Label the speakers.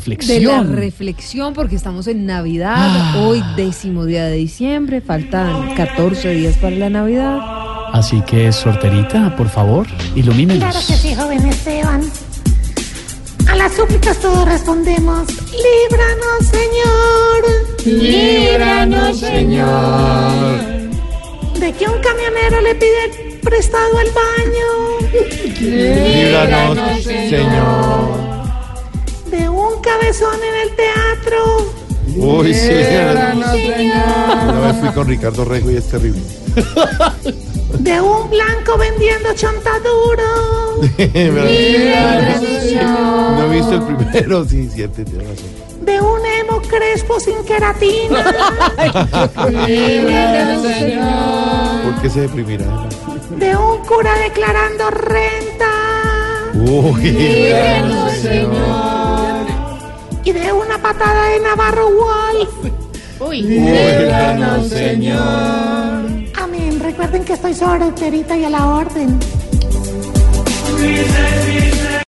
Speaker 1: de la
Speaker 2: reflexión.
Speaker 1: reflexión, porque estamos en Navidad, hoy décimo día de diciembre, faltan 14 días para la Navidad.
Speaker 2: Así que, sorterita, por favor, ilumínenos.
Speaker 3: Claro que sí, joven Esteban. A las súplicas todos respondemos, líbranos, Señor. Líbranos, Señor. De que un camionero le pide prestado el baño.
Speaker 4: Líbranos, Señor.
Speaker 3: De un cabezón en el teatro.
Speaker 4: Uy, sí. Líbranos, Señor. Una vez fui con Ricardo Rego y es terrible.
Speaker 3: De un blanco vendiendo chontaduro.
Speaker 4: No he visto el primero, sí, siete, tienes razón.
Speaker 3: De un emo crespo sin queratina.
Speaker 4: ¿Por qué se deprimirá?
Speaker 3: De un cura declarando renta.
Speaker 4: Uy, líbranos, Señor.
Speaker 3: Y de una patada de Navarro Wolf.
Speaker 4: Líbranos, Señor.
Speaker 3: Amén. Recuerden que estoy sorterita y a la orden.